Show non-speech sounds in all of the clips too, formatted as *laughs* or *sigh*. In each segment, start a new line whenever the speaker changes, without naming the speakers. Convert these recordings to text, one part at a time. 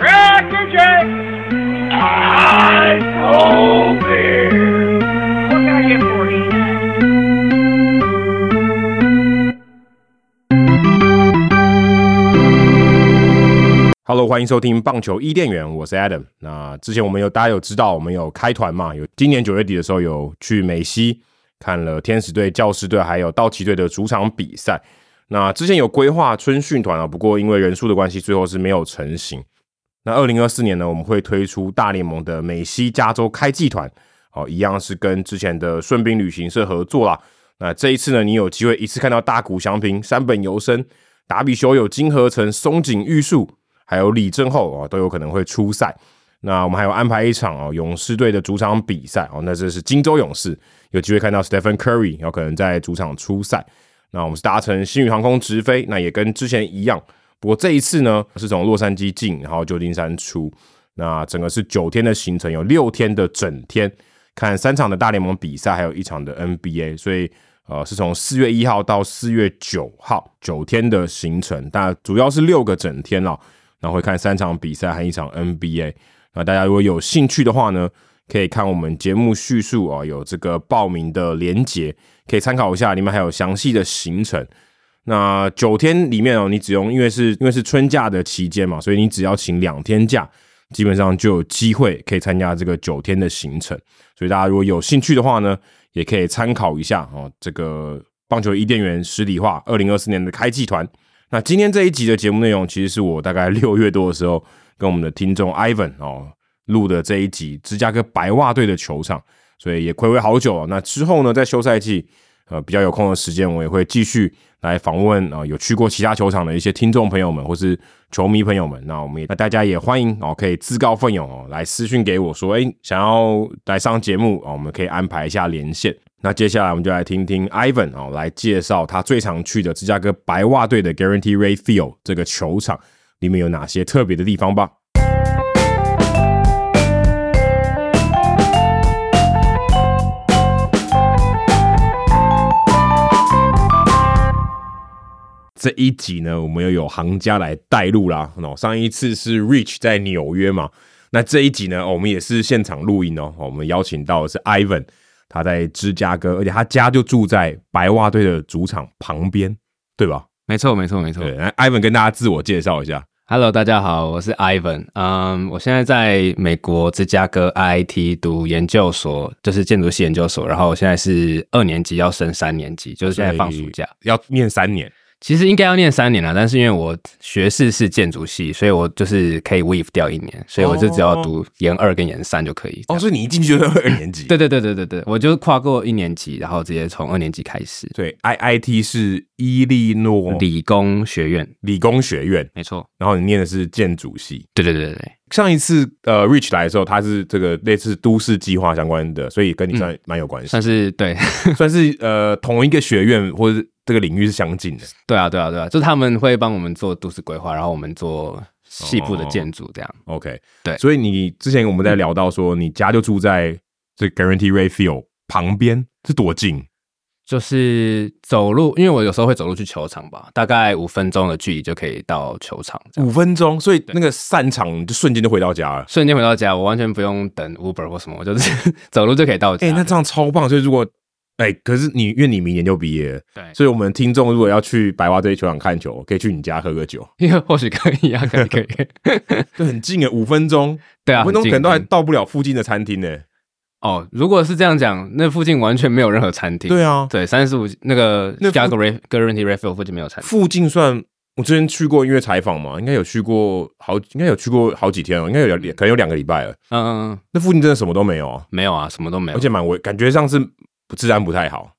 跟谁？I know beer. What can I get for you?
哈喽，欢迎收听棒球伊甸园，我是 Adam。那之前我们有大家有知道，我们有开团嘛？有今年九月底的时候有去美西看了天使队、教士队还有道奇队的主场比赛。那之前有规划春训团啊，不过因为人数的关系，最后是没有成型。那二零二四年呢，我们会推出大联盟的美西加州开季团，哦，一样是跟之前的顺兵旅行社合作啦。那这一次呢，你有机会一次看到大谷翔平、山本由生、达比修有、金河成、松井玉树，还有李正厚啊、哦，都有可能会出赛。那我们还有安排一场哦，勇士队的主场比赛哦，那这是金州勇士，有机会看到 Stephen Curry 有可能在主场出赛。那我们是搭乘星宇航空直飞，那也跟之前一样，不过这一次呢是从洛杉矶进，然后旧金山出。那整个是九天的行程，有六天的整天，看三场的大联盟比赛，还有一场的 NBA，所以呃是从四月一号到四月九号九天的行程，但主要是六个整天啦，然后会看三场比赛和一场 NBA。那大家如果有兴趣的话呢，可以看我们节目叙述啊、哦，有这个报名的连结，可以参考一下，里面还有详细的行程。那九天里面哦，你只用因为是因为是春假的期间嘛，所以你只要请两天假，基本上就有机会可以参加这个九天的行程。所以大家如果有兴趣的话呢，也可以参考一下哦。这个棒球伊甸园实体化二零二四年的开季团。那今天这一集的节目内容，其实是我大概六月多的时候跟我们的听众 Ivan 哦录的这一集芝加哥白袜队的球场，所以也暌违好久啊了。那之后呢，在休赛季呃比较有空的时间，我也会继续来访问啊、呃有去过其他球场的一些听众朋友们或是球迷朋友们。那我们也那大家也欢迎哦，可以自告奋勇哦来私讯给我说，哎、想要来上节目哦，我们可以安排一下连线。那接下来我们就来听听 Ivan 哦来介绍他最常去的芝加哥白袜队的 Guarantee Ray Field 这个球场里面有哪些特别的地方吧。这一集呢，我们又有行家来带路啦。哦，上一次是 Rich 在纽约嘛，那这一集呢，哦我们也是现场录音哦。哦我们邀请到的是 Ivan，他在芝加哥，而且他家就住在白袜队的主场旁边，对吧？
没错，没错，没错。
对，那 Ivan 跟大家自我介绍一下。
Hello，大家好，我是 Ivan。嗯，我现在在美国芝加哥 IIT 读研究所，就是建筑系研究所。然后我现在是二年级，要升三年级，就是现在放暑假。，
要念三年。
其实应该要念三年了，但是因为我学士是建筑系，所以我就是可以 weave 掉一年，所以我就只要读研二跟研三就可以。
哦，所以你一进去就是二年级。
对对对对对对，我就跨过一年级，然后直接从二年级开始。
对，IIT 是伊利诺理
理工学院，
理工学院，
没错。
然后你念的是建筑系。
对对对对对，
上一次呃，Rich 来的时候，他是这个类似都市计划相关的，所以跟你算蛮有关系，
嗯算是对。
算是呃同一个学院或者这个领域是相近
*laughs*
的。
对啊，对啊，对啊，就他们会帮我们做都市规划，然后我们做细部的建筑，这样。
OK，
对
所以你之前我们在聊到说，你家就住在这 Guarantee Ray Field 旁边，是多近？
就是走路，因为我有时候会走路去球场吧，大概五分钟的距离就可以到球场，这样
五分钟，所以那个散场你就瞬间就回到家了。
瞬间回到家，我完全不用等 Uber 或什么，我就是走路就可以到家。
哎、那这样超棒！所以如果哎、可是你因为你明年就毕业了，
对，
所以我们听众如果要去白袜队球场看球，可以去你家喝个酒，
因为或许可以啊，可以可以，可以
就很近诶，五分钟，
对啊，
五分钟
很
可能
近
都还
很近
到不了附近的餐厅呢。
*laughs* 哦。如果是这样讲，那附近完全没有任何餐厅。
对啊，
对，三十五那个
那附
Chicago Re Guarantee Refill 附近没有餐厅。
附近算我之前去过，因为采访嘛，应该有去过好，应该有去过好几天哦了，应该有两可能有两个礼拜了。
嗯嗯，嗯
那附近真的什么都没有啊，
没有啊，什么都没有。
而且蛮危，感觉上是不治安不太好，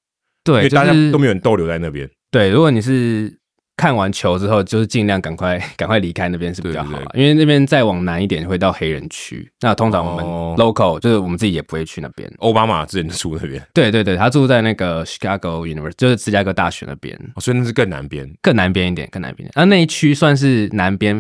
因
对，
为大家
就是
都没有人逗留在那边。
对，如果你是看完球之后，就是尽量赶快 *laughs* 赶快离开那边是比较好啦，
对
因为那边再往南一点会到黑人区。那通常我们
哦
local、就是我们自己也不会去那边。
奥巴马之前就住那边、
对对对，他住在那个 Chicago University，就是芝加哥大学那边，
哦所以那是更南边。
更南边一点，更南边一点。啊那那一区算是南边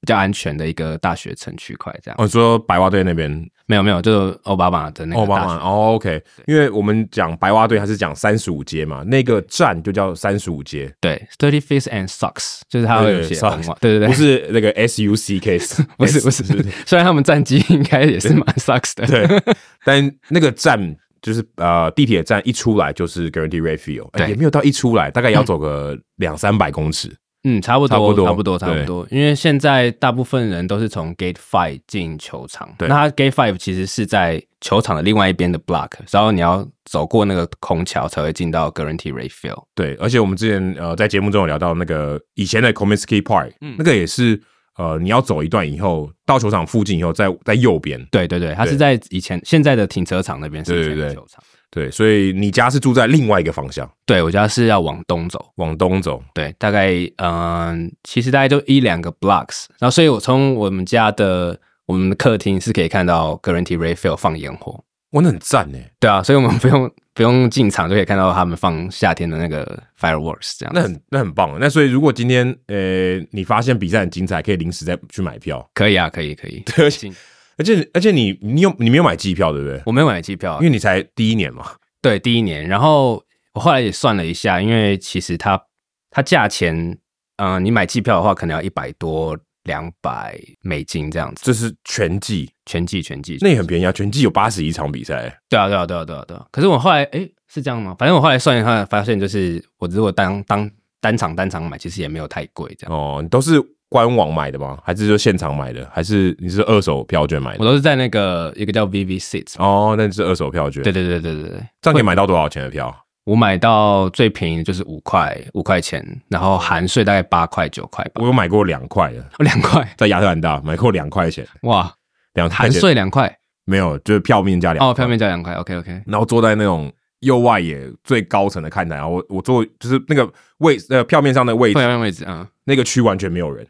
比较安全的一个大学城区块，这样。
哦哦，你说白袜队那边
没有没有，就是奥巴马的那
奥
个
巴
大
马
学。
哦，OK，因为我们讲白袜队，它是讲三十五街嘛，那个站就叫三十五街，
对，Thirty Feet and Socks，就是他会有写红袜。对对对，
不是那个 S U C K，
*laughs* 不是不是， *laughs* 虽然他们战绩应该也是蛮 Socks
*laughs*
的。
对，但那个站就是呃地铁站一出来就是 Guarantee r a f i e l
对
也没有到一出来，大概也要走个两三百公尺。
嗯，差不多，
差不多
差不多，差不多。因为现在大部分人都是从 Gate Five 进球场，
对
那它 Gate Five 其实是在球场的另外一边的 block，然后你要走过那个空桥才会进到 Guarantee r a f i e l
对，而且我们之前呃在节目中有聊到那个以前的 Comiskey Park，、
嗯
那个也是呃你要走一段以后到球场附近以后在在右边。
对对对，它是
对
在以前现在的停车场那边是
对
以
对
前的
对
球场。
对，所以你家是住在另外一个方向，
对我家是要往东走，
往东走。
对，大概嗯，其实大概就一两个 blocks，然后所以我从我们家的我们的客厅是可以看到 Guarantee r a f i e l 放烟火。
哇，那很赞哎，
对啊，所以我们不用 *laughs* 不用进场就可以看到他们放夏天的那个 fireworks 这样
那
子。
很那很棒。欸那所以如果今天呃你发现比赛很精彩，可以临时再去买票。
可以啊，可以
*laughs*
可以。
而且
进
而且而且你你有你没有买机票对不对？
我没有买机票啊
因，为你才第一年嘛。
对第一年，然后我后来也算了一下，因为其实它它价钱，嗯、你买机票的话可能要一百多两百美金这样子，
这是全季，
全季全季。
那也很便宜啊！全季有八十一场比赛，
对啊对啊对啊对啊对啊。可是我后来诶是这样吗？反正我后来算一下，发现就是我如果当当单场单场买，其实也没有太贵这样。
哦，你都是官网买的吗？还是就现场买的？还是你是二手票券买
我
的？
都是在那个一个叫 VV Seats，嘛
哦，那是二手票券。
对，对对对对对。
这样可以买到多少钱的票？
我买到最便宜的就是五块五块钱，然后含税大概八块九块吧
我，有买过两块的，
哦两块
在亚特兰大买过两块钱，
哇，
两块
含
钱
税两块
没有，就是票面价两
哦，票面，价两块，OK OK，
然后坐在那种右外野最高层的看台，然后我我坐就是那个位呃票面上的位
对
置，
面位置啊、
那个区完全没有
*laughs*
人，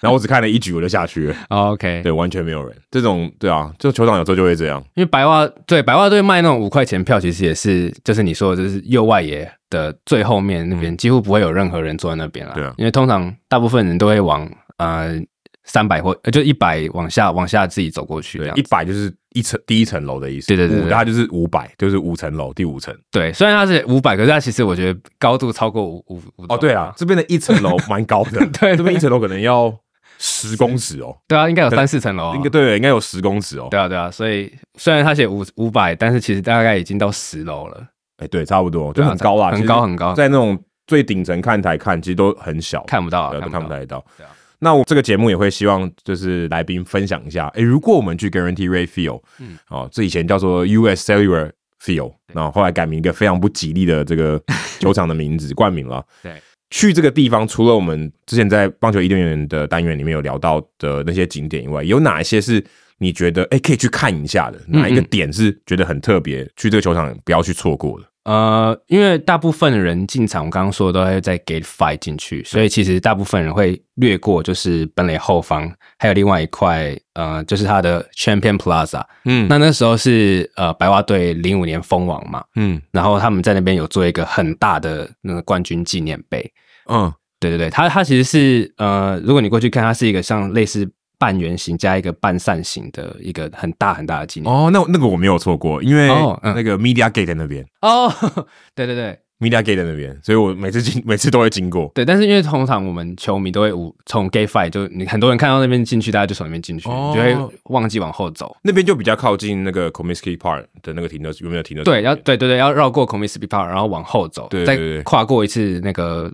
然后我只看了一局我就下去了，
哦 o k
对，完全没有人。这种对啊，就球场有时候就会这样。
因为白袜对白袜队卖那种五块钱票，其实也是就是你说的，就是右外野的最后面那边、几乎不会有任何人坐在那边了，
对啊
因为通常大部分人都会往呃三百或呃就一百往下往下自己走过去这
对，
样
一
子，
百就是一层第一层楼的意思，
对对对对
五它就是五百，就是五层楼第五层。
对，虽然它是五百，可是它其实我觉得高度超过五五五
哦，对啊，这边的一层
*laughs*
楼蛮高的，
对
这边一层楼可能要十公尺哦，
对啊，应该有三四层楼啊、
应该对，应该有十公尺哦。
对啊，对啊，所以虽然他写五五百，但是其实大概已经到十楼了。
哎，对，差不多，就
啊
很高啦，
很
其实
高很高
在那种最顶层看台看，其实都很小，
看不到啊
对啊都
看
看
不
不
到
太到
对啊。
那我这个节目也会希望就是来宾分享一下，哎，如果我们去 Guarantee Ray Field，
嗯
哦，这以前叫做 US Cellular Field，然后后来改名一个非常不吉利的这
*laughs*
个球场的名字冠名了。
对，
去这个地方，除了我们之前在棒球伊甸园的单元里面有聊到的那些景点以外，有哪一些是你觉得哎、诶可以去看一下的？
嗯
哪一个点是觉得很特别，去这个球场不要去错过的？
呃，因为大部分的人进场，我刚刚说的都会在 gate five 进去，所以其实大部分人会略过，就是本垒后方还有另外一块，呃，就是它的 Champion Plaza。
嗯
那那时候是呃白袜队零五年封王嘛，
嗯
然后他们在那边有做一个很大的那个冠军纪念碑，
嗯，
对对对，它它其实是呃，如果你过去看，它是一个像类似半圆形加一个半扇形的一个很大很大的纪念
哦，那那个我没有错过，因为
哦嗯
那个 Media Gate 在那边、
哦。 *laughs* 对对对
m e d i a Gate 在那边，所以我每次经每次都会经过。
对，但是因为通常我们球迷都会无从 gay fight，就你很多人看到那边进去，大家就从那边进去，
哦
你就会忘记往后走。
那边就比较靠近那个 Comiskey Park 的那个停车有没有停车场
对，
那边？
要对对对，要绕过 c o m i s p i Park，然后往后走，
对对对
再跨过一次那个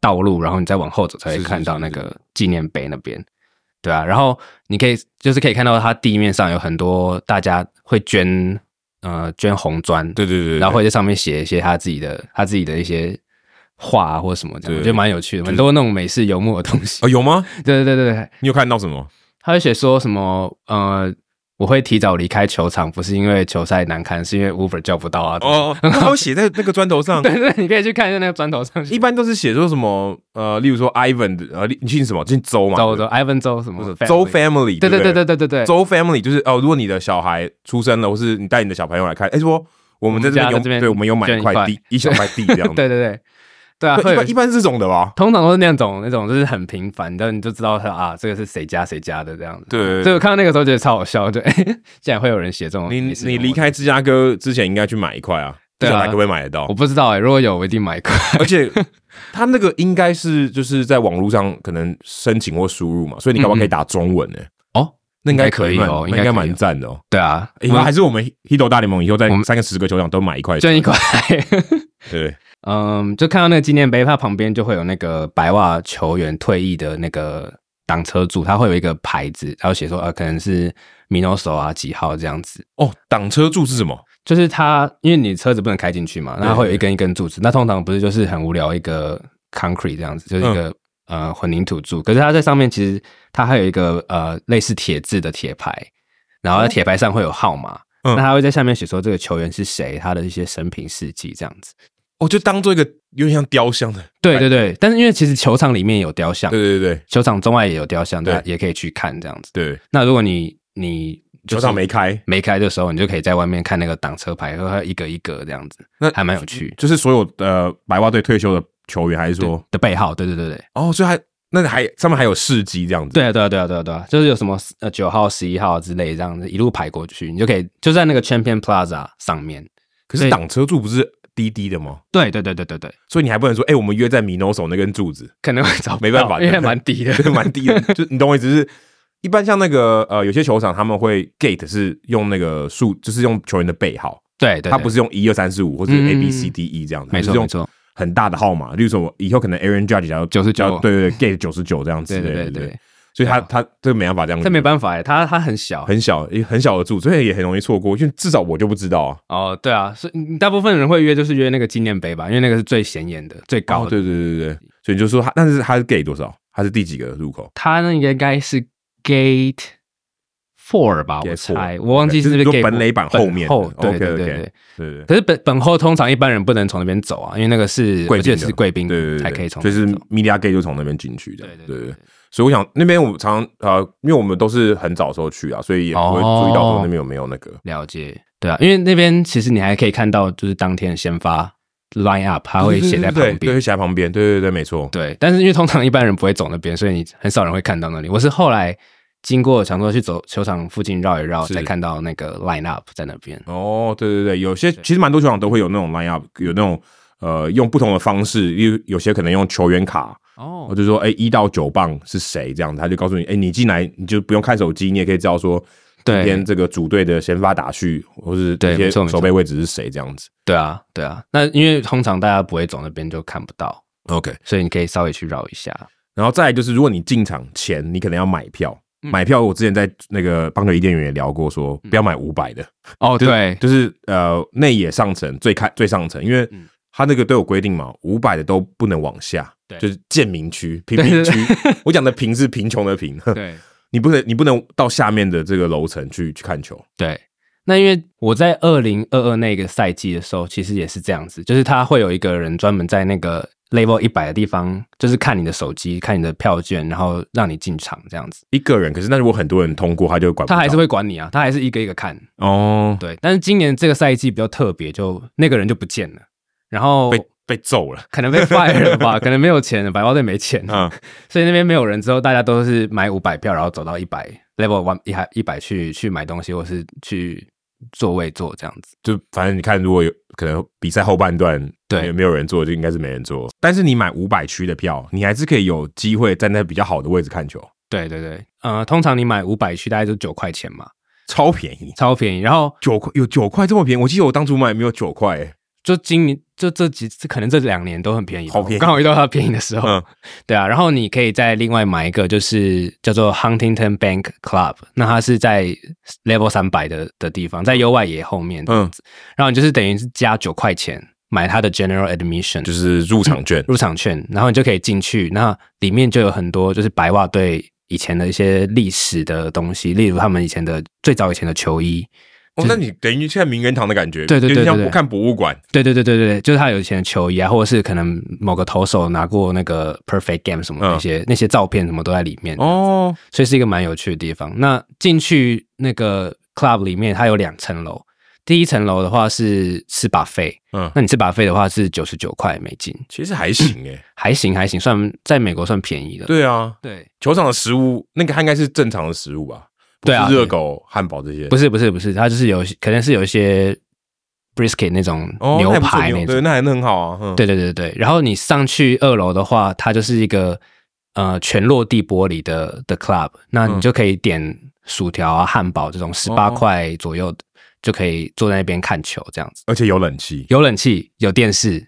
道路，然后你再往后走，才会
是是
看到
是
那
是
个纪念碑那边，对啊。然后你可以就是可以看到它地面上有很多大家会捐呃捐红砖，
对对对对，
然后会在上面写一些他自己的他自己的一些话啊或什么这样，
对
我觉得蛮有趣的，很多那种美式幽默的东西
哦。有吗？
对对对对，
你有看到什
*laughs*
么？
他会写说什么呃。我会提早离开球场，不是因为球赛难堪，是因为 Uber 叫不到啊。
哦，那他会写在那个砖头上。
对对，你可以去看一下那个砖头上
一
写
般都是写说什么呃，例如说 Ivan 的呃，你姓什么？姓周嘛？
周周 Ivan 周什
不
么
是周 family，
family 对对
对
对
不
对对对对，
周 family 就是哦，如果你的小孩出生了，或是你带你的小朋友来看，哎，说我们在这
我
边
们家
有
在这边
对，我们有买
捐
一
一块
块地，一小块地这样子。
*laughs* 对对对。对啊，
对
会
一
有
般一般是这种的吧？
通常都是那种那种就是很平凡，但你就知道他啊，这个是谁家谁家的这样子。
对
所以我看到那个时候觉得超好笑，对，竟然会有人写这种
你
美食
你
文
离开芝加哥之前应该去买一块啊，不
对啊
晓得可不可以买得
我，
到
我？不知道哎、如果有我一定买一块。
而且他那个应该是就是在网络上可能申请或输入嘛，所以你搞不好可以打中文呢、
嗯哦，
那应该以
应该可以哦
那
应
应
该
该
可以哦
蛮赞的哦。
对啊，
因为还是我们 Hito 大联盟以后在
我们
三个十个球场都买一块，
捐一块。
对，
嗯，就看到那个纪念碑，它旁边就会有那个白袜球员退役的那个挡车柱，它会有一个牌子，然后写说呃，可能是米诺手啊几号这样子。
哦，挡车柱是什么？
就是它，因为你车子不能开进去嘛，那它
对
会有一根一根柱子。那通常不是就是很无聊一个 concrete 这样子，就是一个、
嗯
呃混凝土柱。可是它在上面其实它还有一个呃类似铁质的铁牌，然后在铁牌上会有号码，
哦嗯
那它会在下面写说这个球员是谁，他的一些生平事迹这样子。
哦，就当做一个有点像雕像的，
对对对，但是因为其实球场里面有雕像，
对对对
球场中外也有雕像，
对
大家也可以去看这样子。
对，
那如果你你就
球
是
场没开，
没开的时候，你就可以在外面看那个挡车牌，和它一个一个这样子，
那
还蛮有趣。
就是所有呃白袜队退休的球员还是说，
的背号，对对对对，
哦，所以还那还上面还有事迹这样子，
对啊对啊对啊对啊对啊，就是有什么呃九号、十一号之类，这样子一路排过去，你就可以就在那个 Champion Plaza 上面。
可
所
是
以
挡车柱不是低低的吗？
对对对对对对，
所以你还不能说，哎、我们约在米诺手那根柱子， *laughs*
可能会找不到
没办法，
因为蛮低的
对，蛮低的。就你懂我意思是，一般像那个呃，有些球场他们会 gate 是用那个数，就是用球员的背号，
*laughs* 对对对，
他不是用一二三四五或者
嗯
A B C D E 这样子，
没
它
错
就是
没错
用很大的号码，例如说我以后可能 Aaron Judge 要
99
要对对对 gate 九十九这样子，
对对
对
对
对
对，
所以他他这个没办法这样，
这没办法哎，它它很小
法，很小一很小的柱，所以也很容易错过，因为至少我就不知道啊。
哦，对啊，所以你大部分人会约就是约那个纪念碑吧，因为那个是最显眼的、最
哦，
高的。
对对对对对，所以你就说他，但是他是 gate 多少？他是第几个入口？
它那个应该是 Gate Four 吧，我
Gate
猜
4
我忘记是不
就是是说
Gate
本垒
four，
板后面
本后，对
OK，
对
OK
对对。
对对对。
可是本本后通常一般人不能从那边走啊，因为那个是
贵
我记
宾
得
的
是贵宾
对对对，
才可以从那
就
边走，
是 media gate 就从那边进去的，
对对
对
对。
所以我想那边我常呃，因为我们都是很早的时候去啊，所以也不会
哦
注意到说那边有没有那个。
了解，对啊，因为那边其实你还可以看到，就是当天的先发 line up，它啊会写在旁
对，对
边
会。写在旁边，对对对，没错。
对，但是因为通常一般人不会走那边，所以你很少人会看到那里。我是后来经过，想说去走球场附近绕一绕，
是
才看到那个 line up 在那边。
哦，对对对，有些其实蛮多球场都会有那种 line up，有那种呃用不同的方式，有有些可能用球员卡，
哦
我，就说哎一到九棒是谁这样子，他就告诉你，哎你进来你就不用看手机，你也可以知道说
对
今天这个组队的先发打序或是
对
这
没
些
错没错
守备位置是谁这样子。
对啊，对啊。那因为通常大家不会走那边，就看不到，
OK，
所以你可以稍微去绕一下。
然后再来就是，如果你进场前，你可能要买票。
嗯
买票，我之前在那个棒球伊甸园也聊过说不要买五百的，
哦，
就是
对，
就是呃内野上层最看最上层，因为
嗯
它那个都有规定嘛，五百的都不能往下，
对
就是贱民区、贫
对
民
对
区。
*laughs*
我讲的贫是贫穷的贫，
对。
你不能你不能到下面的这个楼层去去看球。
对，那因为我在二零二二那个赛季的时候，其实也是这样子，就是他会有一个人专门在那个 level 一百的地方，就是看你的手机、看你的票券，然后让你进场这样子。
一个人，可是那如果很多人通过，他就管不
他还
到
是会管你啊，他还是一个一个看。
哦
对，但是今年这个赛季比较特别，就那个人就不见了，然后
被被揍了
可能被 fire 了吧，可能没有钱了，百万队没钱，
啊！
所以那边没有人。之后大家都是买五百票，然后走到一百 level one 一还一百去去买东西，或是去座位坐这样子。
就反正你看，如果有可能比赛后半段
对
也没有人做，就应该是没人做。但是你买五百区的票，你还是可以有机会站在比较好的位置看球，
对对对，呃，通常你买五百区大概就九块钱嘛，
超便宜，
超便宜。然后
九块有九块这么便宜？我记得我当初买没有九块、欸，
就今年就这几次，可能这两年都很便宜吧，
好便宜
我刚好遇到它便宜的时候。
嗯
对啊，然后你可以再另外买一个，就是叫做 Huntington Bank Club，那它是在 Level 三百的的地方，在优外野后面。嗯
嗯，
然后你就是等于是加九块钱买它的 General Admission，就
就是是入场券。
入场券，然后你就可以进去。那里面就有很多就是白袜队以前的一些历史的东西，例如他们以前的最早以前的球衣。
哦，那你等于现在名人堂的感觉，
对对
有点
对对对
像看博物馆。
对对对对对，就是他有以前的球衣啊，或者是可能某个投手拿过那个 perfect game 什么
嗯
那些、那些照片什么都在里面，
哦，
所以是一个蛮有趣的地方。那进去那个 club 里面，它有两层楼，第一层楼的话是吃把费，
嗯，
那你吃把费的话是九十九块美金，
其实还行
*clears throat*
诶、
还行还行，算在美国算便宜的。
对啊，
对，
球场的食物那个它应该是正常的食物吧？不
对
是
啊
热狗、汉堡这些，
不
是
是不是不是，它就是有可能是有一些 brisket 那种
哦，
牛
那还不错
排
对，
那种。
那还那很好啊。嗯、
对对对对，对然后你上去二楼的话，它就是一个呃全落地玻璃的的 club，那
嗯
你就可以点薯条啊、汉堡这种十八
哦
块左右的就可以坐在那边看球这样子。
而且有冷气，
有冷气，有电视，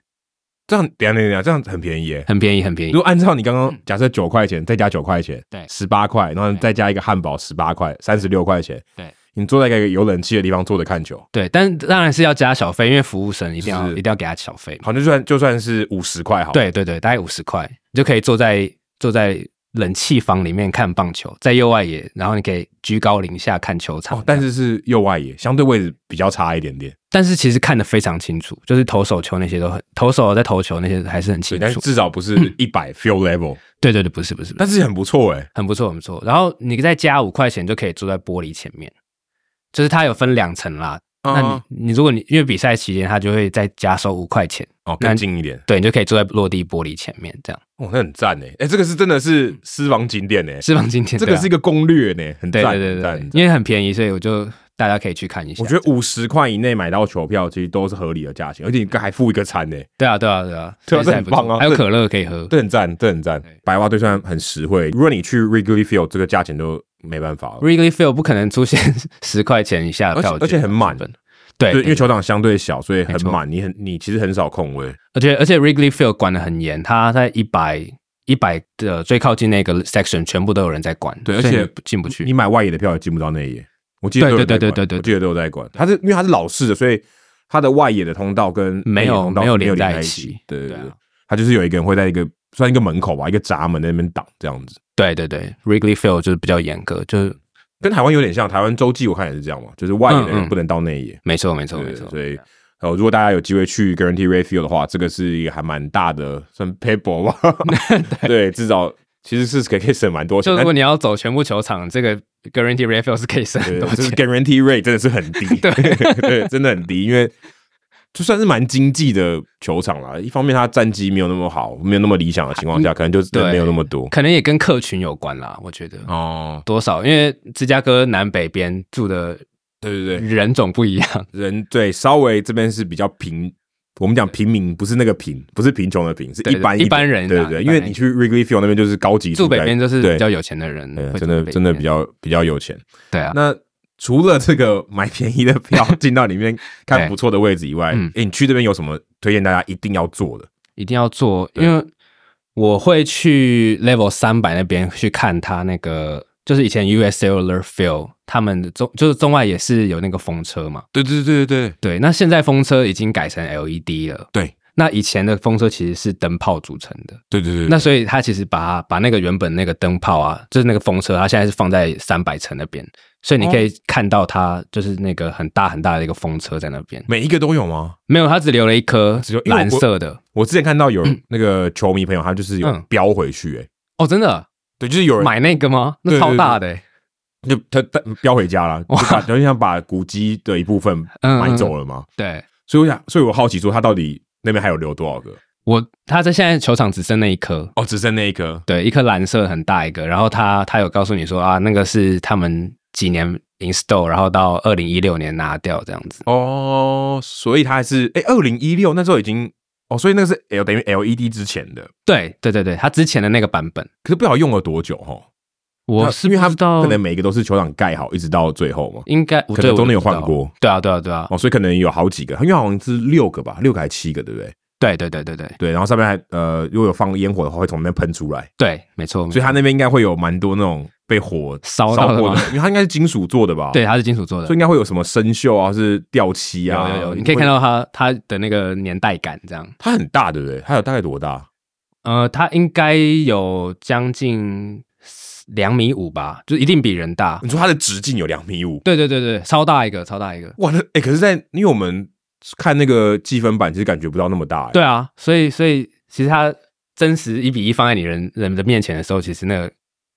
这样等一下等一下等一下，这样很便宜欸耶、
很便宜，很便宜
如。果按照你刚刚假设九块钱，再加九块钱，
嗯对
十八块，然后
对
再加一个汉堡，十八块，三十六块钱。
对，
你坐在一个有冷气的地方坐着看球，
对，但当然是要加小费，因为服务生一定要
是
一定要给他小费嘛。
好，就算就算是五十块好。，哦
对对对，大概五十块，你就可以坐在坐在冷气房里面看棒球，在右外野，然后你可以居高临下看球场。
哦，但是是右外野，相对位置比较差一点点。
但是其实看得非常清楚，就是投手球那些都很，投手在投球那些还是很
对，
清
但是
楚。嗯
至少不是一百 feel level，
对对对，不是不是，不
但
是
是很不错哎、
很不错很不错。然后你再加五块钱就可以坐在玻璃前面，就是它有分两层啦。那
啊
你你如果你因为比赛期间，它就会再加收五块钱，
哦，更近一点，
对你就可以坐在落地玻璃前面这样。
哦，那很赞哎、欸，哎、这个是真的是
嗯
私房景点哎、
私房景点
这个是一
个
个攻略呢、很
啊对
赞，
啊对对
很赞
对对
很赞
对，因为很便宜，所以我就大家可以去看一下。
我觉得五十块以内买到球票，其实都是合理的价钱，而且你还付一个餐呢、
对啊，对啊，对啊，
对啊
所以
这很
不错
棒啊
还有
这
可乐可以喝。
这很赞，这很赞
对。
白袜队算很实惠，如果你去 Wrigley Field，这个价钱都没办法了，
Really Feel 不可能出现 *laughs* 十块钱以下
而且
的票券，
而且很满
基本。对，
对，
对
因为球场相对小，所以
没
很
错
满，你很你其实很少空位。
而且而且 Wrigley Field 管得很严，它在一百一百的最靠近那个 section 全部都有人在管，
对而
所以
且
你进不去。
你买外野的票也进不到内野，我记得
对
都有
对
在
对
管
对对对
我记得都有在管。它是因为它是老式的，所以它的外野的通道跟
没
内野
有
通道
没
是
有
没有
连在
在
一
起
起。
对对
对啊
对，它就是有一个人会在一个算一个门口吧，一个闸门在那边挡这样子。
对对对，Wrigley Field 就是比较严格，就是
跟台湾有点像，台湾洲际我看也是这样嘛，就是外野的
嗯
人
嗯
不能到内野。
没错没错
对
没错。
所以呃，如果大家有机会去 Guarantee r a y f i e l 的话，这个是一个还蛮大的算 paper 吧，
*laughs*
对，至少其实是可以可以省蛮多钱
就。如
但
果你要走全部球场，这个 Guarantee r e f i l 是可以省很
对，
多
就是
钱。
Guarantee Rate 真的是很低，
*laughs* 对
对，真的很低，因为就算是蛮经济的球场啦。一方面，它战绩没有那么好，没有那么理想的情况下，可能就
啊对
人没有那么多。
可能也跟客群有关啦，我觉得
哦，
多少，因为芝加哥南北边住的
对对对，
人种不一样。
人对稍微这边是比较平。我们讲平民不是那个贫，不是贫穷的贫，是
对
一般
一般人啊
对对对，
一般人
因为你去 Wrigley Field 那边就是高级
住北
宅
边就是
对
比较有钱的人
对，
会住
真的
北
真的
边
比较比较有钱。
对啊。
那除了这个买便宜的票进到里面看不错的位置以外，
*laughs* 嗯
哎，你去这边有什么推荐大家一定要做的？
一定要做，
对
因为我会去 Level 三百那边去看他那个，就是以前 US Cellular Field 他们的中就是中外也是有那个风车嘛，
对对对对
对，那现在风车已经改成 LED 了，
对
那以前的风车其实是灯泡组成的，
对对对
那所以它其实把把那个原本那个灯泡啊，就是那个风车，它现在是放在三百层那边，所以你
哦
可以看到它就是那个很大很大的一个风车在那边，
每一个都有吗？
没有，它只留了一颗
只有因为我
蓝色的，
我之前看
*clears throat*
到有那个球迷朋友，他就是有
嗯
标回去、诶哎、
哦，真的。
对，就是有人
买那个吗？
对
那
对
超
对
大的、欸，
就他他标回家了，就把有点像把古迹的一部分
嗯
买走了嘛。
对
所以我想，所以我好奇说，他到底那边还有留多少个？
我，他在现在球场只剩那一颗，
哦，只剩那一颗。
对，一颗蓝色很大一个，然后他他有告诉你说啊，那个是他们几年 install，然后到二零一六年拿掉这样子，
哦，所以他还是哎，二零一六那时候已经哦，所以那个是 L 等于 LED 之前的，
对对对对，他之前的那个版本，
可是不知道用了多久哈。
我
那
是
因为他
不知道
可，能每个都是球场盖好，一直到最后嘛。
应该我
可能
对我
中间
不
有
知道
换过，
对啊对啊对啊，
哦，所以可能有好几个，因为好像是六个吧，六个还七个，对不对？
对对对对对
对，然后上面还呃，如果有放烟火的话，会从那边喷出来，
对，没错，没
所以
错
它那边应该会有蛮多那种被火
烧到
烧
了
过
吗
的，因为它应该是金属做的吧？
对，，它是金属做的
所以，应该会有什么生锈啊，或是掉漆
有
啊，
有有，你可以看，到它它的那个年代感这样，
它很大，对不对？它有大概多大？
呃，它应该有将近两米五吧，就是一定比人大
你，说它的直径有两米五，
对对对对，超大一个，超大一个。
哇，那哎、可是在，因为我们看那个积分板，其实感觉不到那么大、欸，
对啊，所以所以其实它真实一比一放在你人人的面前的时候，其实那个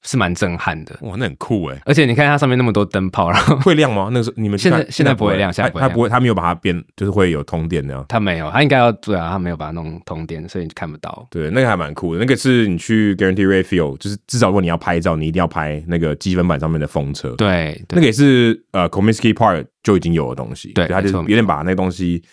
是蛮震撼的。
哇，那很酷哎！
而且你看它上面那么多灯泡，然后 *laughs*
会亮吗？那个时候你们去
现在
看
现在不会亮现在不会
它
亮
不会，它没有把它变，就是会有通电那样。
它没有，它应该要对啊，它没有把它弄通电，所以你看不到。
对，那个还蛮酷的。那个是你去 Guarantee r a f i e l 就是至少如果你要拍照，你一定要拍那个积分板上面的风车。，
对，
那
对
个也是呃 Comiskey Park 就已经有的东西。
对
所以它就是
没错
有点把那个东西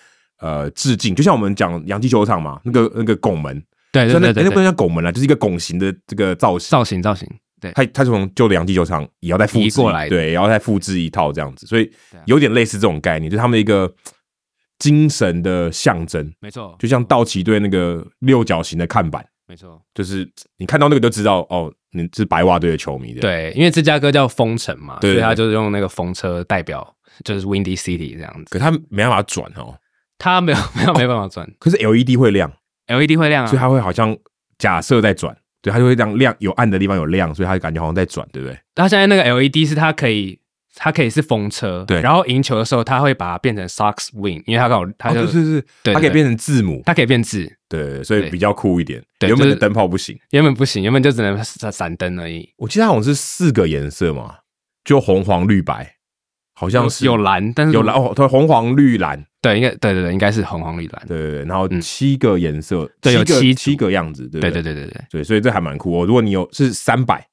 呃致敬，就像我们讲洋基球场嘛，那个那个拱门，
哎对
虽
对
然那哎
对
那个
对
不
对，
能叫拱门啦，就是一个拱形的这个造型。
造型造型，对
它它从旧的洋基球场也要再复制
移过来的
对，也要再复制一套这样子，所以
对啊
有点类似这种概念，就是他们的一个精神的象征，
没错，
就像道奇队那个六角形的看板，
没错，
就是你看到那个就知道哦，你是白袜队的球迷的。，
对，因为芝加哥叫风城嘛，
对
所
对
以它
对
就是用那个风车代表，就是 Windy City 这样子。
可他没办法转哦，
它没有 *laughs* 没有没办法转
可是 LED 会亮，
，LED 会亮
所以
啊，
它会好像假设在转，对，它就会让亮有暗的地方有亮，所以它就感觉好像在转，对不对？
它现在那个 LED 是它可以。它可以是风车，
对
然后赢球的时候，它会把它变成 Sox Win，因为它刚好它
哦
就、
对对对，
对
它可以
对
变成字母，
它可以变字，
对对，对所以
对
比较酷一点。
对
原本
就
的
是
灯泡不行，
原本不行，原本就只能闪闪灯而已，
我记得它好像是四个颜色嘛，就红黄绿白，好像
有
是
有蓝，但是
有蓝哦，对，红黄绿蓝，
对，应该对对对，应该是红红绿蓝，
对对对，然后
嗯
七个颜色，
对有
个
七组
七个样子，对不
对
对
对对对对，
对，所以这还蛮酷哦。如果你有是三百，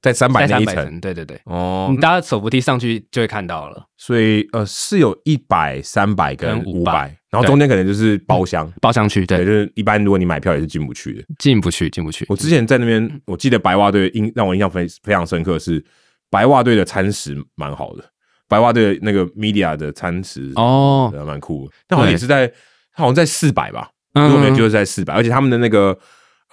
在三百那
在三
一
百
层
层，对对对，
哦
你，搭手扶梯上去就会看到了，
所以呃是有一百、三百跟
跟
五
500
百，然后中间可能就是包厢，
包厢区
对，
对，嗯
就是一般如果你买票也是进不去的。
进不去进不去，
我之前在那
嗯
边，我记得白袜队印让我印象非非常深刻的是白袜队的餐食蛮好的，白袜队的那个 media 的餐食
哦，
对蛮酷的，但好像
对
也是在，他好像在四百吧，
嗯
如果没有记错是在四百，而且他们的那个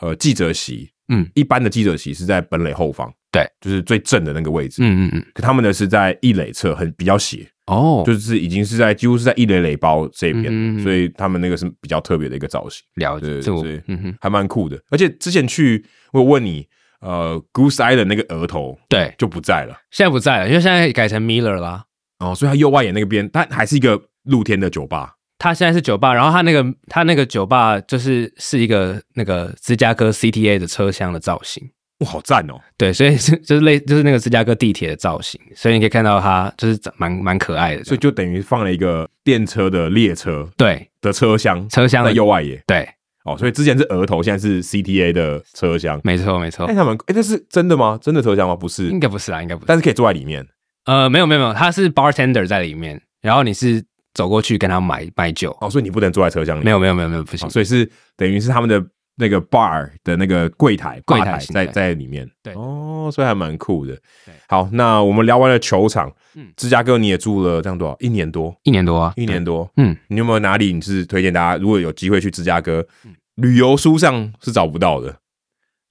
呃记者席，
嗯，
一般的记者席是在本垒后方，
对，
就是最正的那个位置，
嗯嗯嗯，
可他们的是在一垒侧，很比较斜，
哦，
就是已经是在几乎是在一垒垒包这边，
嗯嗯嗯
所以他们那个是比较特别的一个造型，
了
对
解，
对
这我
对
嗯哼，
还蛮酷的。而且之前去我有问你，呃，Goose Island 那个额头
对，
就不在了，
现在不在了，因为现在改成 Miller 啊啦，
哦，所以他右外野那个边，它还是一个露天的酒吧，
他现在是酒吧，然后他那个他那个酒吧就是是一个那个芝加哥 CTA 的车厢的造型。
哇，好赞哦！
对，所以 *laughs* 是就是类就是那个芝加哥地铁的造型，所以你可以看到它就是长蛮蛮可爱的这
所以
样。
就等于放了一个电车的列车
对
的车厢，
车厢的
在右外野
对，
哦，所以之前是额头，现在是 CTA 的车厢。
没错没错
哎，，他们哎，那是真的吗？真的车厢吗？不是
哦应，该不是啦，应该不是。
但是可以坐在里面。
呃，没有没有没有，他是 bartender 在里面，然后你是走过去跟他买买酒。
哦，所以你不能坐在车厢里，
没
有、
有没有没有没有，不行。
所以是等于是他们的那个 bar 的那个柜台，
柜
吧
台
台
形
在
态
在里面。
对
哦，所以还蛮酷的
对。
好，那我们聊完了球场，
嗯
芝加哥你也住了这样多少？一年多，
一年多啊，
一年
多。
多。
嗯，
你有没有哪里你是推荐大家，如果有机会去芝加哥
嗯，
旅游书上是找不到的。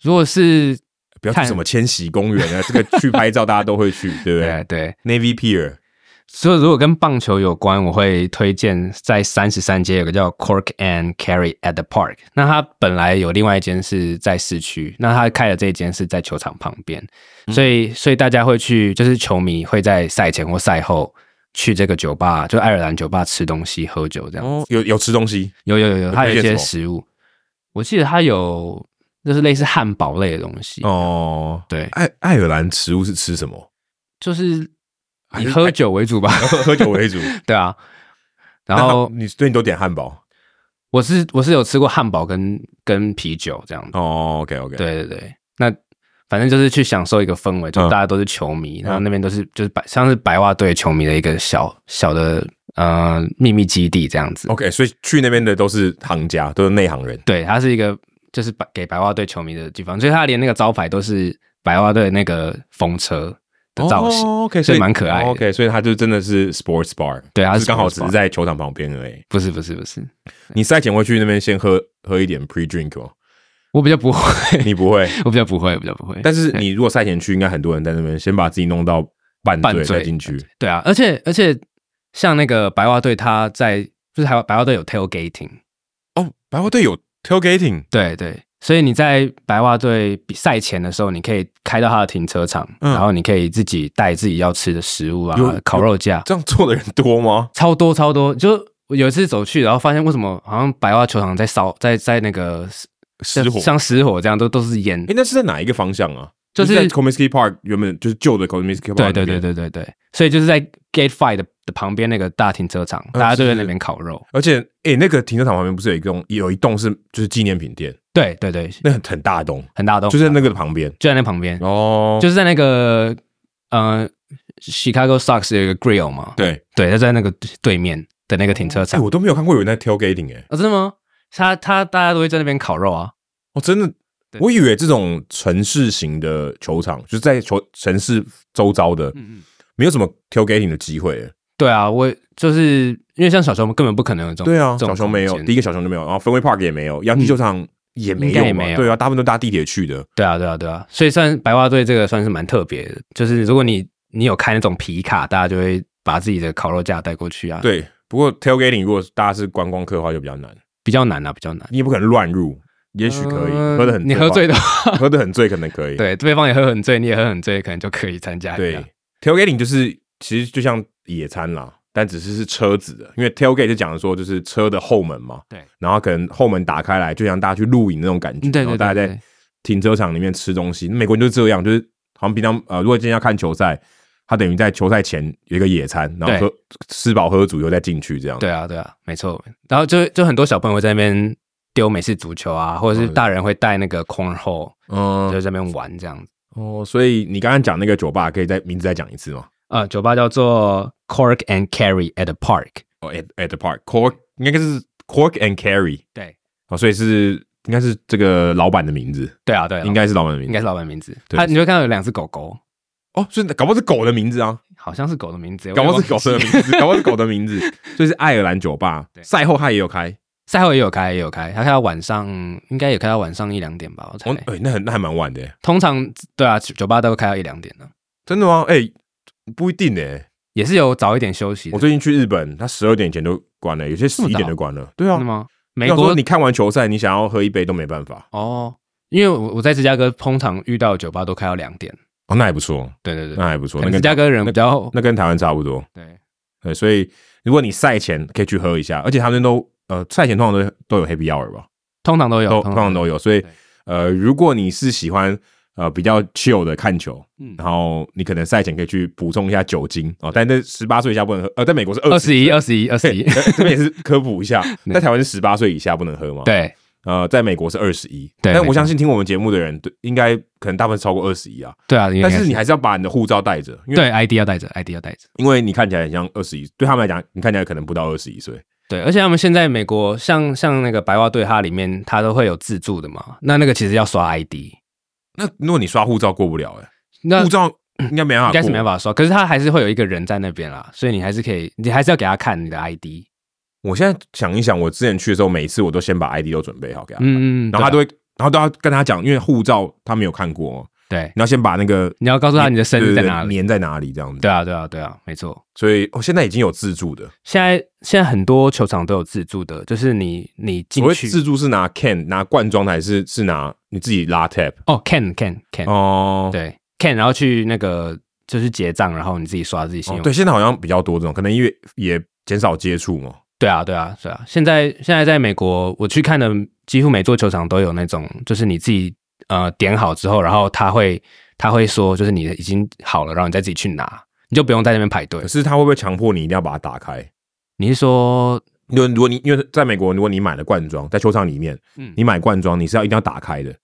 如果是
不要去
看
什么千禧公园啊，这个去拍照大家都会去，对不对
对对，
？Navy Pier，
所以如果跟棒球有关，我会推荐在三十三街有个叫 Cork and Carry at the Park。那它本来有另外一间是在市区，那它开的这一间是在球场旁边，
嗯
所以所以大家会去，就是球迷会在赛前或赛后去这个酒吧，就爱尔兰酒吧吃东西喝酒这样。
哦，有有吃东西，
有有有有，它有一
推荐
些
什么
食物，我记得它有就是类似汉堡类的东西，
哦，
啊对，
爱爱尔兰食物是吃什么？ *laughs*
就是
还
以
是
喝酒为
*laughs*
主吧，
喝喝酒为主。
对啊。 *laughs* 然
那
后
他你对你都点汉堡
我是我是有吃过汉堡跟跟啤酒这样子，
哦，OK OK，，
对对对，那反正就是去享受一个氛围，就
嗯
大家都是球迷，然后
嗯
那边都是就是白像是白袜队球迷的一个小小的呃秘密基地这样子。
OK，所以去那边的都是行家，都是内行人。
对，它是一个就是白给白袜队球迷的地方，所以它连那个招牌都是白袜队那个风车的造型，
哦、，OK，
所
所
以蛮可爱的。
哦 OK，所以他就真的是 sports bar，
对它
就是是刚好只
sports
是
bar
在球场旁边而已。
不是不是不是，
你赛前会去那边先喝喝一点 pre drink 吗？
我比较不会， *laughs*
你不会，
我比较不会，我比较不会。
但是你如果赛前去，应该很多人在那边先把自己弄到半
半
醉
醉
再进去。
对啊，而且而且像那个白袜队，他在就是还有白袜队有 tailgating，
哦，白袜队有 tailgating，
对对，所以你在白袜队比赛前的时候，你可以开到他的停车场，
嗯
然后你可以自己带自己要吃的食物啊
有，
烤肉架，
这样做的人多吗？
超多超多。就我有一次走去，然后发现为什么好像白袜球场在烧，在在那个
失火？
像失火这样，都都是烟
哎、。那是在哪一个方向啊？
就是
在 Comiskey Park 原本就是旧的 Comiskey Park，
对对
那
对
边。
对对对，所以就是在 Gate Five 的的旁边那个大停车场，
嗯
大家就在
是
那边烤肉。
而且，诶、那个停车场旁边不是有一栋有一栋是就是纪念品店，
对对对，
那很很大栋，
很大栋，
就在那个旁边。
就在那旁边，
哦，
就是在那个呃 Chicago Sox 有一个 Grill 嘛，
对，
对，就在那个对面的那个停车
哎、
场。
我都没有看过有人在 tailgating 哎、
啊，真的吗？他他大家都会在那边烤肉啊。
哦，真的，
对
我以为这种城市型的球场，就是在球城市周遭的，
嗯嗯，
没有什么 tailgating 的机会、欸。
对啊，我就是因为像小熊根本不可能有这种
对啊，
哦这种
小熊没有
空，间嗯
第一个小熊就没有，然后分威 park 也没有，洋基球场也没
应该
有
也
嘛，
没有
对啊，大部分都搭地铁去的。
对啊对啊对啊，所以算白袜队这个算是蛮特别的，就是如果你你有开那种皮卡，大家就会把自己的烤肉架带过去啊，，
对，不过 tailgating 如果大家是观光客的话就比较难，
比较难啊，比较难。
你也不可能乱入，也许可以，
嗯
喝的很，
你喝醉的话，
*laughs* 喝的很醉可能可以。
*laughs* 对，对方也喝很醉，你也喝很醉，可能就可以参加一
对
下。
，tailgating 就是其实就像野餐啦，但只是是车子的，因为 tailgate 就讲的说就是车的后门嘛，
对，
然后可能后门打开来，就像大家去露营那种感觉，
嗯对
然后
对
大家
对
在
对
停车场里面吃东西，美国人就是这样，就是好像平常呃，如果今天要看球赛。他等于在球赛前有一个野餐，然后
对
喝吃饱喝足以后再进去这样。
对啊对啊，没错。然后就就很多小朋友会在那边丢美式足球啊，或者是
嗯
大人会带那个 cornhole，
嗯，
就在那边玩这样子。
哦，所以你刚刚讲那个酒吧，可以再名字再讲一次吗？
呃，酒吧叫做 Cork and Carry at the Park。
哦，at at the park cork 应该是 cork and carry
对
哦，所以是应该是这个老板的名字，
对啊，对啊，
应该是老板的名
应
字
该是老板名字。啊
对
他你会看到有两只狗狗，
哦，所以搞不好是狗的名字啊，
好像是狗的名字，
搞不好是狗
我
的
有点忘记啊
名。字，搞不好是狗的名
*laughs*
字，所以是爱尔兰酒吧。
对
赛后他也有开，
赛后也有开，也有开，他开到晚上，应该也开到晚上一两点吧，我猜
哦，。哎，那很那还蛮晚的耶，
通常对啊，酒吧都会开到一两点呢，
真的吗？哎，不一定诶，
也是有早一点休息的。
我最近去日本，他十二点前都关了，有些十
么
一
早
点就关了。对啊
真的，吗？美
要说
国
你看完球赛，你想要喝一杯都没办法。
哦，因为我我在芝加哥通常遇到的酒吧都开到两点。
哦，那还不错，
对对对，
那还不错，
可
那
能芝
跟
加哥人比较
那跟台湾差不多。
对
对，所以如果你赛前可以去喝一下，而且他们都呃赛前通常都都有 Happy Hour 吧，
通常都有，
都通常都有，所以
对
呃如果你是喜欢呃比较 chill 的看球，
嗯
然后你可能赛前可以去补充一下酒精哦，但是十八岁以下不能喝，呃，在美国是
二
二哎
十一、二十一、二十一，
这边也是科普一下，
*laughs* 对
在台湾是十八岁以下不能喝嘛？，
对
呃，在美国是二十一，
对
但
没
我
错
相信听我们节目的人，对，应该可能大部分超过二十一啊。
对啊，应
但
该
是你还是要把你的护照带着，因为
对 ID 要带着，ID 要带着。
因为你看起来很像二十一，对他们来讲，你看起来可能不到二十一岁。
对，而且他们现在美国像像那个白袜队，它里面它都会有自助的嘛，那那个其实要刷 ID，
那如果你刷护照过不了、欸，
那
护照啊应该没办法，
应该是没办。法刷，可是它还是会有一个人在那边啦，所以你还是可以，你还是要给他看你的 ID，
我现在想一想，我之前去的时候，每一次我都先把 ID 都准备好给他，
嗯嗯，嗯
然后他都会，然后都要跟他讲，因为护照他没有看过，哦
对，
你要先把那个
你要告诉他你的生日在哪
对对对
里，
年在哪里这样子。
对啊对啊对啊，没错。
所以我、哦、现在已经有自助的，
现在现在很多球场都有自助的，就是你你进
所谓
去
自助是拿 can 拿罐装的，还是是拿你自己拉 tap？
哦，can can can，
哦，
对 can，然后去那个就是结账，然后你自己刷自己信
哦
用。
对，现在好像比较多这种，可能因为也减少接触嘛。
对啊，对啊，对啊。现在现在在美国，我去看的几乎每座球场都有那种，就是你自己呃点好之后，然后他会他会说，就是你已经好了，然后你再自己去拿，你就不用在那边排队
可。是他会不会强迫你一定要把它打开？
你是说，
因为如果你因为在美国，如果你买了罐装，在球场里面，
嗯
你买罐装，你是要一定要打开的，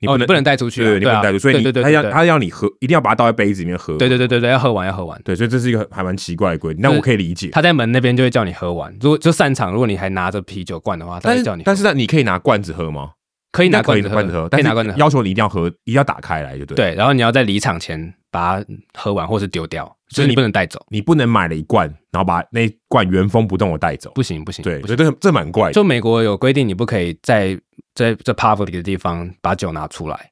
你
哦
不能、
你不能带出去啊
对，你不
对啊
能带出去，所以你
对对对
他要
对对
他要你喝，一定要把它倒在杯子里面喝。
对对对对对，要喝完要喝完。
对，所以这是一个还蛮奇怪的规定，但
就是
我可以理解。
他在门那边就会叫你喝完，如果就散场，如果你还拿着啤酒罐的话，他
但
会
是
叫你喝完。
但是呢，你可以拿罐子喝吗？
可以拿
应
罐
该
子
可以拿罐子
喝，
但
可以
是
拿罐子喝。
要求你一定要喝，一定要打开来，就对。，
对，然后你要在离场前把它喝完或是丢掉，
所
所
以
以
你
你不能带走，
你不能买了一罐，然后把那一罐原封不动的带走。
不行不行。
对，
不
所以
行
这这蛮怪的。
就美国有规定，你不可以在在在 public 的地方把酒拿出来。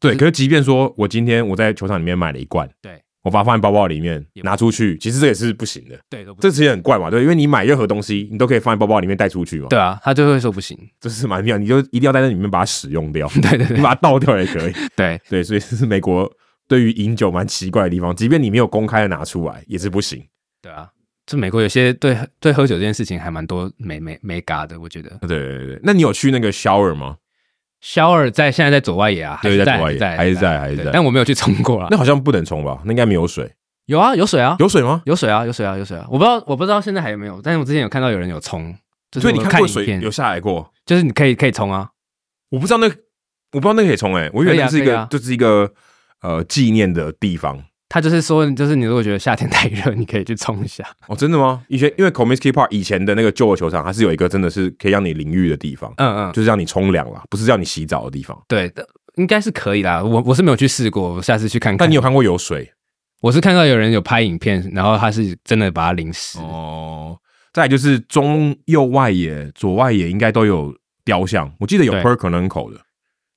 对，可是即便说我今天我在球场里面买了一罐，
对
我把它放在包包里面
也不
拿出去，其实这也是不行的。
对，都不
这其实很怪嘛，对，因为你买任何东西，你都可以放在包包里面带出去嘛。
对啊，他就会说不行。 *laughs*
这是蛮妙，你就一定要在那里面把它使用掉，
对
*laughs*
对
你
对
把它倒掉也可以。
对
对，所以这是美国对于饮酒蛮奇怪的地方，即便你没有公开的拿出来，也是不行。
对啊！这美国有些对对喝酒这件事情还蛮多没没没嘎的，我觉得。
对对对对，那你有去那个 shower 吗？
肖尔在现在在左外野啊，还
对，
是
在
在
左外野还是在还是
对
在
但我没有去冲过啊。
那好像不能冲吧？那应该 *laughs* 没有水，
有啊，有水啊，
有水吗？
有水啊，有水啊，有水啊！我不知道，我不知道现在还有没有，但是我之前有看到有人有冲，就是
所以你
我
看过
影
水
片
有，下来过？
就是你可以可以冲啊，
我不知道那，我不知道那个可以冲哎、欸，我以为
可以啊
那是一
可以
个、
啊
就是一个呃纪念的地方
他就是说，就是你如果觉得夏天太热，你可以去冲
*laughs*
一下。
哦，真的吗？以前因为 Comiskey Park 以前的那个旧的球场，它是有一个真的是可以让你淋浴的地方，
嗯嗯，
就是让你冲凉啦，不是让你洗澡的地方。
对的，应该是可以啦。我我是没有去试过，我下次去看看。
但你有看过有水
我是看到有人有拍影片，然后他是真的把它淋湿。
哦？再来就是中右外野、左外野应该都有雕像，我记得有
对
Perconenco 的，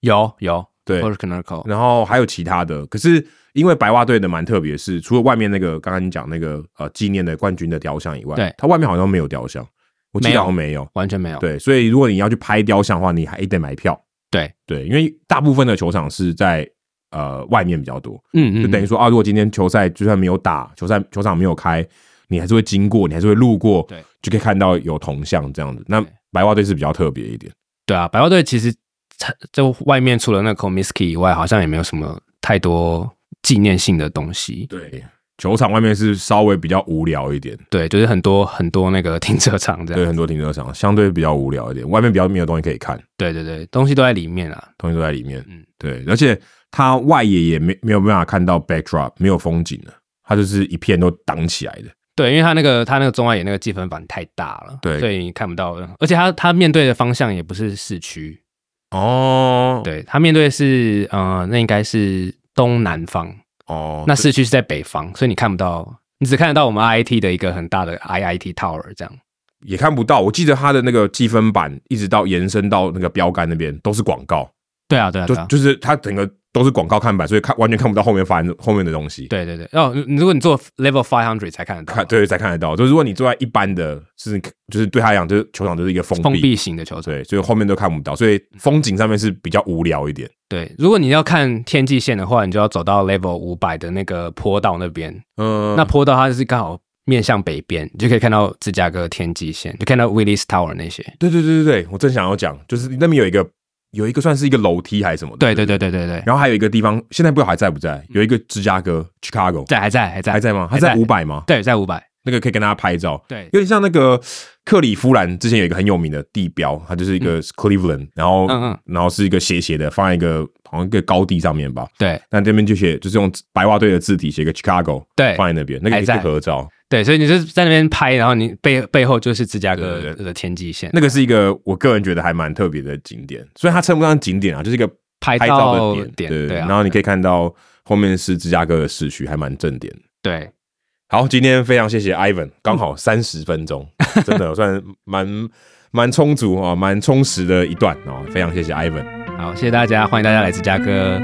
有有，
对
或者 c o n a r c o
然后还有其他的。可是因为白袜队的蛮特别，是除了外面那个刚刚你讲那个呃纪念的冠军的雕像以外，
对
它外面好像没有雕像，我记
没
得
有
好像没有。
完全没有。
对，所以如果你要去拍雕像的话，你还得买票。
对
对，因为大部分的球场是在呃外面比较多，
嗯嗯，
就等于
嗯
说啊，如果今天球赛就算没有打，球赛球场没有开，你还是会经过，你还是会路过，
对，
就可以看到有铜像这样子。那
对
白袜队是比较特别一点。
对啊，白袜队其实它就外面除了那个 Komisky 以外，好像也没有什么太多纪念性的东西。
对，球场外面是稍微比较无聊一点。
对，就是很多很多那个停车场这
对，
样。
很多停车场相对比较无聊一点，外面比较没有东西可以看，
对对对，东西都在里面啊。
东西都在里面。
嗯
对，而且它外野也没没有办法看到 backdrop，没有风景了，它就是一片都挡起来的。
对，因为他那个他那个中外野那个积分板太大了，
对
所以你看不到。而且他他面对的方向也不是市区，
哦，，
对他面对的是呃，那应该是东南方，
哦，
那市区是在北方，所以你看不到，你只看得到我们 IIT 的一个很大的 IIT Tower 这样。
也看不到。我记得它的那个积分板一直到延伸到那个标杆那边都是广告，
对啊，对啊，
就
对啊。
就是它整个都是广告看板，所以看完全看不到后面发生后面的东西。
对对对，哦，你如果你做 level five hundred 才看得到
看，，对，才看得到。就是如果你坐在一般的，是就是对他来讲，就是球场就是一个封
封闭型的球场。
对，所以后面都看不到，所以风景上面是比较无聊一点。
对，如果你要看天际线的话，你就要走到 level 五百的那个坡道那边，
嗯，
那坡道它就是刚好面向北边，你就可以看到芝加哥天际线，就看到 Willis Tower 那些。
对对对对对，我正想要讲，就是那边有一个有一个算是一个楼梯还是什么的，
对
不
对对对对对，
然后还有一个地方，现在不知道还在不在，有一个芝加哥 Chicago
在还在还在
还在吗？还
还
在
在
五百吗？
对，在五百。
那个可以跟大家拍照，
对
有点像那个克里夫兰之前有一个很有名的地标，它就是一个 Cleveland，、然后
嗯嗯
然后是一个斜斜的，放在一个好像一个高地上面吧。
对
那这边就写，就是用白袜队的字体写一个 Chicago，
对
放在那边，那个也
还
可以
在
合照。
对，所以你就是在那边拍，然后你背背后就是芝加哥
对对对
的天际线，
那个是一个我个人觉得还蛮特别的景点，虽然它称不上景点啊，就是一个
拍
照的
照
点，
点
对。
对啊
然后你可以看到后面是芝加哥的市区，还蛮正点。
对
好，今天非常谢谢 Ivan，刚好三十分钟，真的算蛮蛮充足啊，蛮充实的一段哦，非常谢谢 Ivan。
好，谢谢大家，欢迎大家来芝加哥。